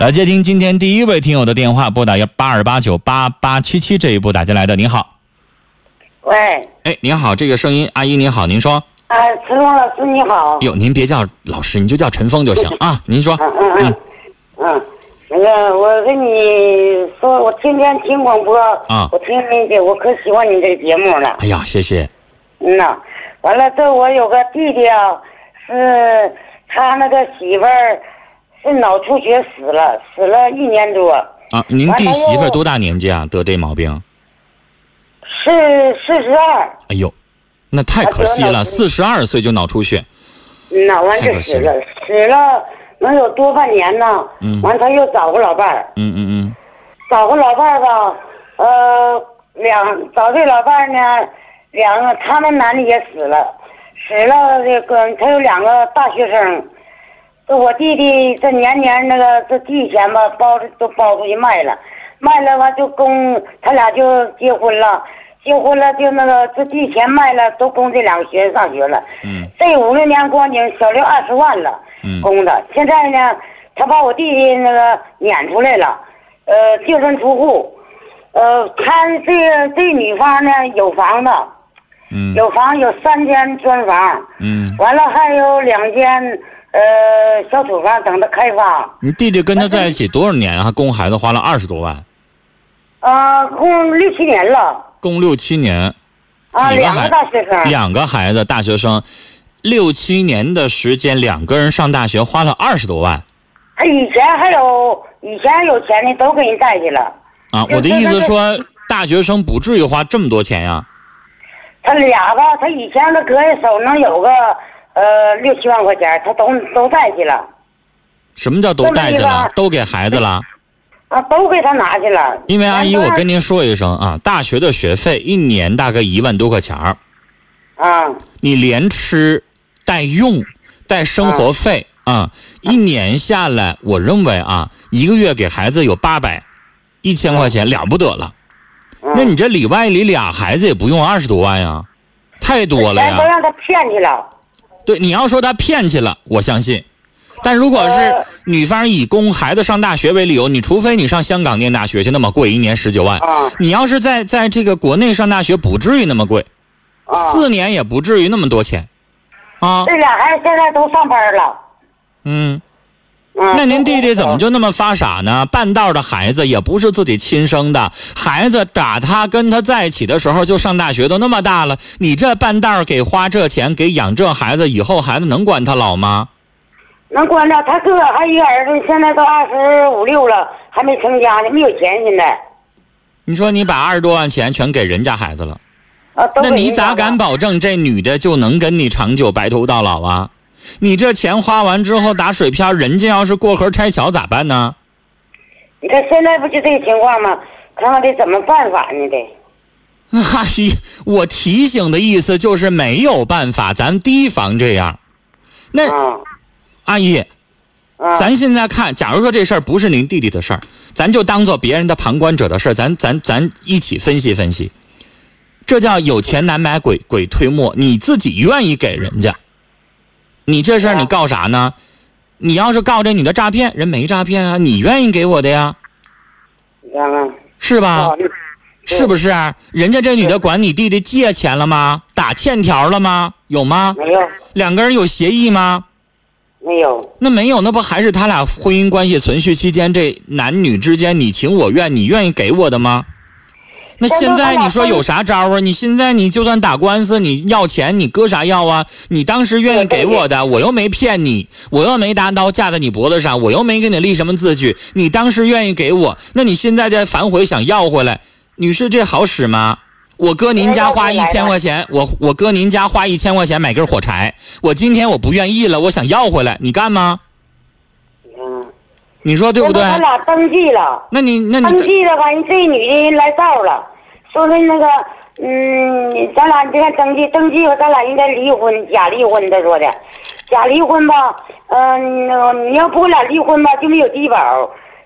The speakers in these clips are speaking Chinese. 来接听今天第一位听友的电话，拨打幺八二八九八八七七这一部打进来的。您好，喂，哎，您好，这个声音，阿姨您好，您说，呃，陈峰老师你好。哟，您别叫老师，你就叫陈峰就行啊。您说，嗯嗯嗯，嗯，那个我跟你说，我天天听广播，啊我听你的，我可喜欢你这个节目了。哎呀，谢谢，嗯呐，完了这我有个弟弟啊，是他那个媳妇儿是脑出血死了，死了一年多，啊，您完弟了媳妇儿又多大年纪啊？得这毛病？是四十二。哎呦，那太可惜了，四十二岁就脑出血，嗯呐，完太就可惜死了，死了能有多半年呢。嗯完他又找个老伴儿。嗯嗯找个老伴儿吧，呃，两找这老伴儿呢，两个他们男的也死了，死了这个他有两个大学生，这我弟弟这年年那个这地钱吧包着都包出去卖了，卖了完就供他俩就结婚了，结婚了就那个这地钱卖了都供这两个学生上学了，嗯这五六年光景小六二十万了，嗯供的，现在呢他把我弟弟那个撵出来了。呃，净身出户，呃，他这个这女方呢有房子，嗯嗯有房有三间砖房，嗯，完了还有两间呃小土房等着开发，你弟弟跟他在一起多少年啊？供孩子花了二十多万，呃，共六七年了供六七年，啊，几个两个孩大学生，两个孩子，大学生，六七年的时间，两个人上大学花了二十多万他哎以前还有以前有钱的都给人带去了，啊！对我的意对思对说，大学生不至于花这么多钱呀、他俩吧，他以前他搁下手能有个呃六七万块钱，他都都带去了什么叫都带去这么一了个，都给孩子 了？啊，都给他拿去了，因为阿姨，全都我让跟您说一声啊，大学的学费一年大概一万多块钱儿，啊。你连吃带用带生活费啊、一年下来，我认为啊，一个月给孩子有八百、一千块钱了不得了。嗯那你这里外里俩孩子也不用二十多万呀，太多了全都呀。让他骗去了。对，你要说他骗去了，我相信。但如果是呃女方以供孩子上大学为理由，你除非你上香港念大学去，那么贵，一年十九万。啊你要是在在这个国内上大学，不至于那么贵，啊！哎四年也不至于那么多钱，啊，这俩孩子现在都上班了。嗯。嗯、那您弟弟怎么就那么发傻呢？半道的孩子也不是自己亲生的，孩子打他跟他在一起的时候就上大学，都那么大了，你这半道给花这钱给养这孩子，以后孩子能管他老吗？能关照？他自个儿还一个儿子，现在都二十五六了，还没成家呢，没有钱现在。你说你把二十多万钱全给人家孩子了，啊，都那给你人家咋敢了？保证这女的就能跟你长久白头到老啊？你这钱花完之后打水漂，人家要是过河拆桥咋办呢？ 你看现在不就这个情况吗？看看得怎么办法呢？得。阿姨，哎我提醒的意思就是没有办法，咱提防这样。那嗯阿姨，嗯。哎咱现在看，假如说这事儿不是您弟弟的事儿，咱就当做别人的旁观者的事儿，咱咱咱一起分析分析。这叫有钱难买鬼鬼推磨，你自己愿意给人家，你这事儿啊你告啥呢？你要是告这女的诈骗，人没诈骗啊，你愿意给我的呀，嗯。是吧？啊。对是不是啊？人家这女的管你弟弟借钱了吗？打欠条了吗？有吗？没有，两个人有协议吗？没有。那没有，那不还是他俩婚姻关系存续期间这男女之间你情我愿，你愿意给我的吗？那现在你说有啥招啊？你现在你就算打官司，你要钱，你搁啥要啊？你当时愿意给我的，我又没骗你，我又没拿刀架在你脖子上，我又没给你立什么字据，你当时愿意给我，那你现在再反悔想要回来，女士这好使吗？我搁您家花一千块钱，我我搁您家花一千块钱买根火柴，我今天我不愿意了，我想要回来，你干吗？嗯。你说对不对那？他俩登记了。那你那登你记了吧，人这女的人来道了，说的那个，嗯，咱俩这个登记登记吧，咱俩应该离婚，假离婚。他说的，假离婚吧，嗯、那你要不跟我俩离婚吧，就没有低保。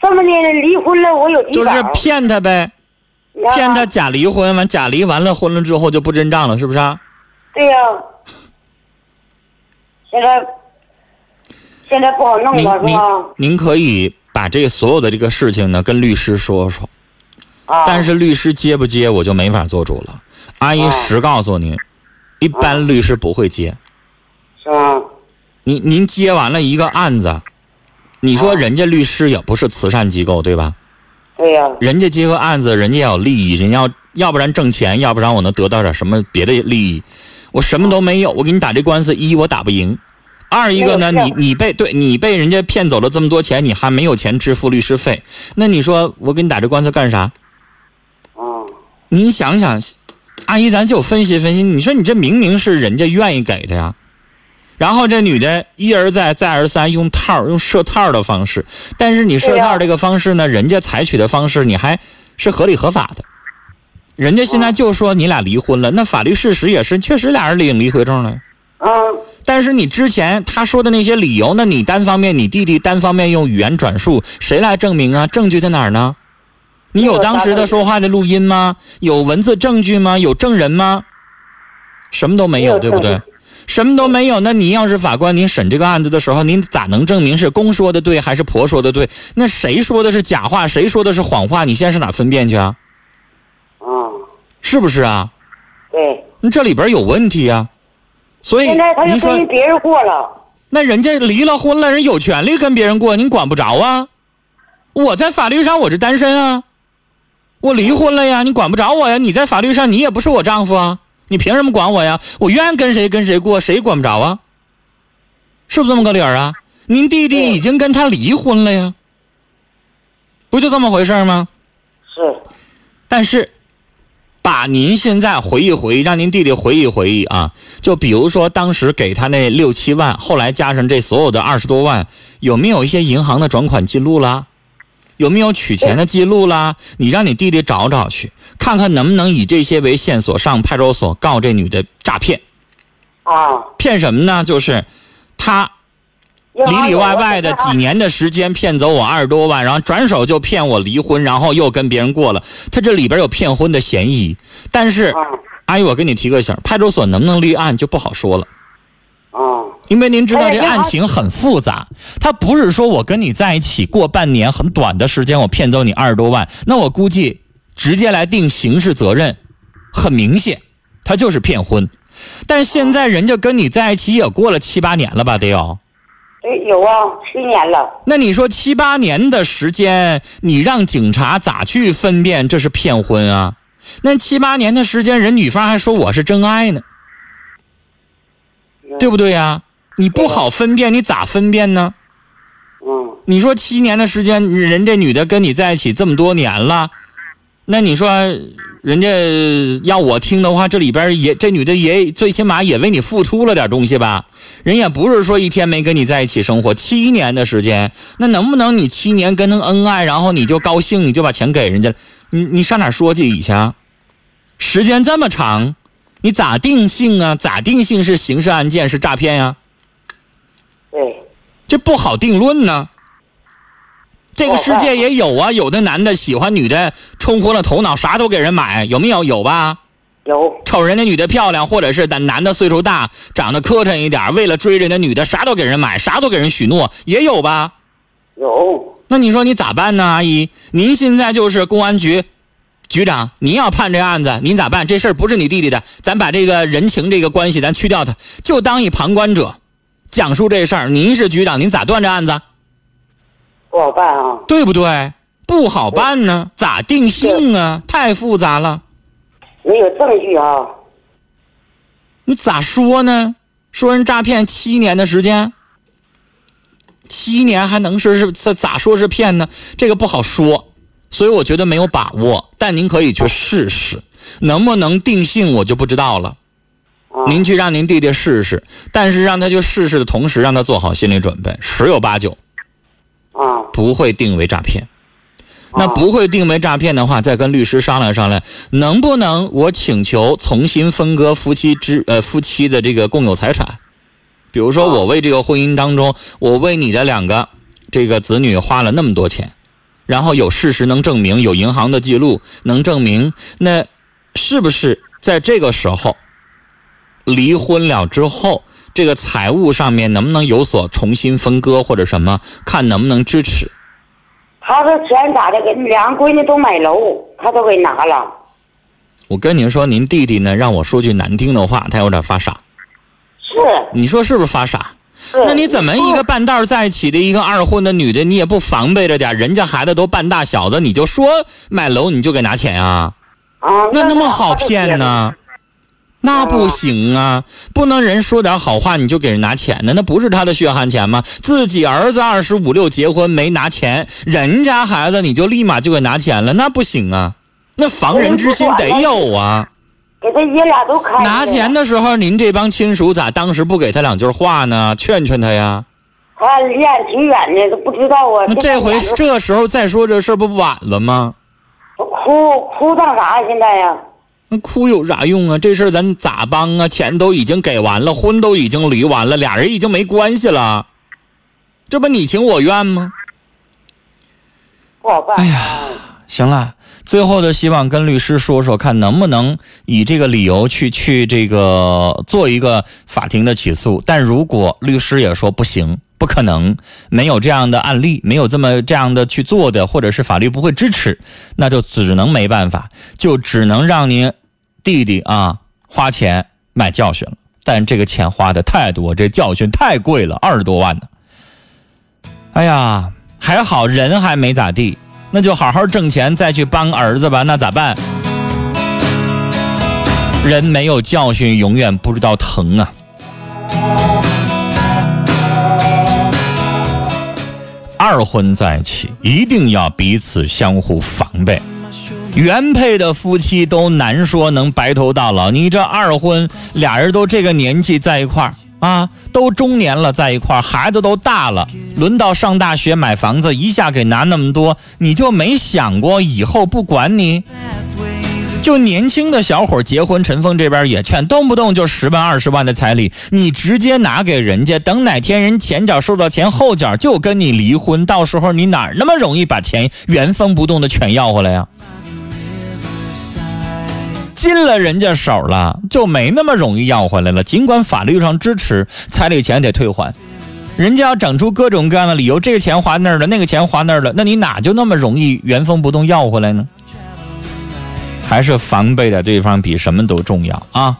这么的，离婚了我有低就保，是骗他呗，你看啊骗他。假离婚，完假离完了婚了之后就不真账了，是不是啊？对呀、现在现在不好弄您了是您吧？您可以把这所有的这个事情呢跟律师说说，啊，但是律师接不接我就没法做主了。阿姨哦实告诉您，一啊般律师不会接。是吗？您您接完了一个案子，你说哦人家律师也不是慈善机构对吧？对呀、人家接个案子，人家要有利益，人家要要不然挣钱，要不然我能得到点什么别的利益。我什么都没有，我给你打这官司，一我打不赢，二一个呢，没有你你被对你被人家骗走了这么多钱，你还没有钱支付律师费，那你说我给你打这官司干啥？嗯，你想想，阿姨，咱就分析分析，你说你这明明是人家愿意给的呀，然后这女的一而再再而三用套儿用设套儿的方式，但是你设对呀套儿这个方式呢，人家采取的方式你还是合理合法的，人家现啊在就说你俩离婚了，那法律事实也是确实俩人领离婚证了。嗯，但是你之前他说的那些理由，那你单方面，你弟弟单方面用语言转述，谁来证明啊？证据在哪儿呢？你有当时的说话的录音吗？有文字证据吗？有证人吗？什么都没有，没有对不对证？什么都没有，那您要是法官，您审这个案子的时候，您咋能证明是公说的对还是婆说的对？那谁说的是假话，谁说的是谎话？你现在上哪分辨去啊？嗯，是不是啊？对。你这里边有问题啊！所以现在他您就说跟人别人过了，那人家离了婚了，人有权利跟别人过，您管不着啊。我在法律上我是单身啊，我离婚了呀，你管不着我呀。你在法律上你也不是我丈夫啊，你凭什么管我呀？我愿意跟谁跟谁过，谁管不着啊？是不是这么个理儿啊？您弟弟对已经跟他离婚了呀，不就这么回事儿吗？是但是，把您现在回忆回忆，让您弟弟回忆回忆啊。就比如说当时给他那六七万，后来加上这所有的二十多万，有没有一些银行的转款记录啦？有没有取钱的记录啦？你让你弟弟找找去，看看能不能以这些为线索上派出所告这女的诈骗。啊，骗什么呢？就是他银里行里有啊外外的几年的时间骗走我二十多万，然后转手就骗我离婚，然后又跟别人过了，他这里边有骗婚的嫌疑。但是啊，阿姨，我跟你提个醒儿，派出所能不能立案就不好说了，啊因为您知道哎这呀银行案情很复杂，他不是说我跟你在一起过半年很短的时间，我骗走你二十多万，那我估计直接来定刑事责任，很明显，他就是骗婚。但是现在人家跟你在一起也过了七八年了吧，得有。对，有啊，七年了，那你说七八年的时间，你让警察咋去分辨这是骗婚啊？那七八年的时间，人女方还说我是真爱呢，对不对呀、你不好分辨，你咋分辨呢？嗯，你说七年的时间，人这女的跟你在一起这么多年了，那你说人家要我听的话，这里边也这女的也最起码也为你付出了点东西吧？人也不是说一天没跟你在一起生活，七年的时间，那能不能你七年跟她恩爱，然后你就高兴，你就把钱给人家了？你你上哪说去去啊？时间这么长，你咋定性啊？咋定性是刑事案件是诈骗呀、对，这不好定论呢。这个世哦界也有啊，有的男的喜欢女的，冲昏了头脑，啥都给人买，有没有？有吧？有瞅人家女的漂亮，或者是男男的岁数大，长得磕碜一点，为了追人家女的，啥都给人买，啥都给人许诺，也有吧？有，那你说你咋办呢，阿姨？您现在就是公安局局长，您要判这案子，您咋办？这事儿不是你弟弟的，咱把这个人情这个关系咱去掉它，就当一旁观者，讲述这事儿。您是局长，您咋断这案子？不好办啊，对不对？不好办呢，咋定性啊？太复杂了，没有证据啊，你咋说呢？说人诈骗七年的时间，七年还能是是咋咋说是骗呢？这个不好说，所以我觉得没有把握。但您可以去试试，能不能定性我就不知道了。啊，您去让您弟弟试试，但是让他去试试的同时，让他做好心理准备，十有八九啊，不会定为诈骗。那啊不会定为诈骗的话，再跟律师商量商量，能不能我请求重新分割夫妻之呃夫妻的这个共有财产？比如说，啊我为这个婚姻当中，我为你的两个这个子女花了那么多钱，然后有事实能证明，有银行的记录能证明，那是不是在这个时候离婚了之后，这个财务上面能不能有所重新分割或者什么，看能不能支持？他是钱咋的给两个闺女都买楼，他都给拿了。我跟您说，您弟弟呢，让我说句难听的话，他有点发傻。是你说是不是发傻？是。那你怎么一个半道儿在一起的一个二婚的女的，你也不防备着点儿？人家孩子都半大小子，你就说买楼你就给拿钱啊？啊？那那么好骗？呢？那不行啊，不能人说点好话你就给人拿钱呢，那不是他的血汗钱吗？自己儿子二十五六结婚没拿钱，人家孩子你就立马就给拿钱了，那不行啊，那防人之心得有啊。给他爷俩都开。拿钱。的时候，您这帮亲属咋当时不给他两句话呢？劝劝他呀。他离俺挺远的，都不知道啊。那这回是这时候再说这事儿不晚了吗？哭哭当啥呀？现在呀？那哭有啥用啊？这事儿咱咋帮啊？钱都已经给完了，婚都已经离完了，俩人已经没关系了，这不你情我愿吗？不好办。啊哎呀行了，最后的希望跟律师说说，看能不能以这个理由去去这个做一个法庭的起诉。但如果律师也说不行，不可能，没有这样的案例，没有这么这样的去做的，或者是法律不会支持，那就只能没办法，就只能让您弟弟啊花钱买教训了。但这个钱花的太多，这教训太贵了，二十多万呢。哎呀，还好人还没咋地，那就好好挣钱再去帮儿子吧。那咋办？人没有教训，永远不知道疼啊。二婚在一起，一定要彼此相互防备。原配的夫妻都难说能白头到老，你这二婚俩人都这个年纪在一块儿啊，都中年了在一块儿，孩子都大了，轮到上大学买房子，一下给拿那么多，你就没想过以后不管你？就年轻的小伙儿结婚，陈峰这边也劝，动不动就十万二十万的彩礼，你直接拿给人家，等哪天人前脚收到钱，后脚就跟你离婚，到时候你哪儿那么容易把钱原封不动的全要回来呀、进了人家手了，就没那么容易要回来了。尽管法律上支持彩礼钱得退还，人家要整出各种各样的理由，这个钱花那儿了，那个钱花那儿了，那你哪就那么容易原封不动要回来呢？还是防备的对方比什么都重要啊！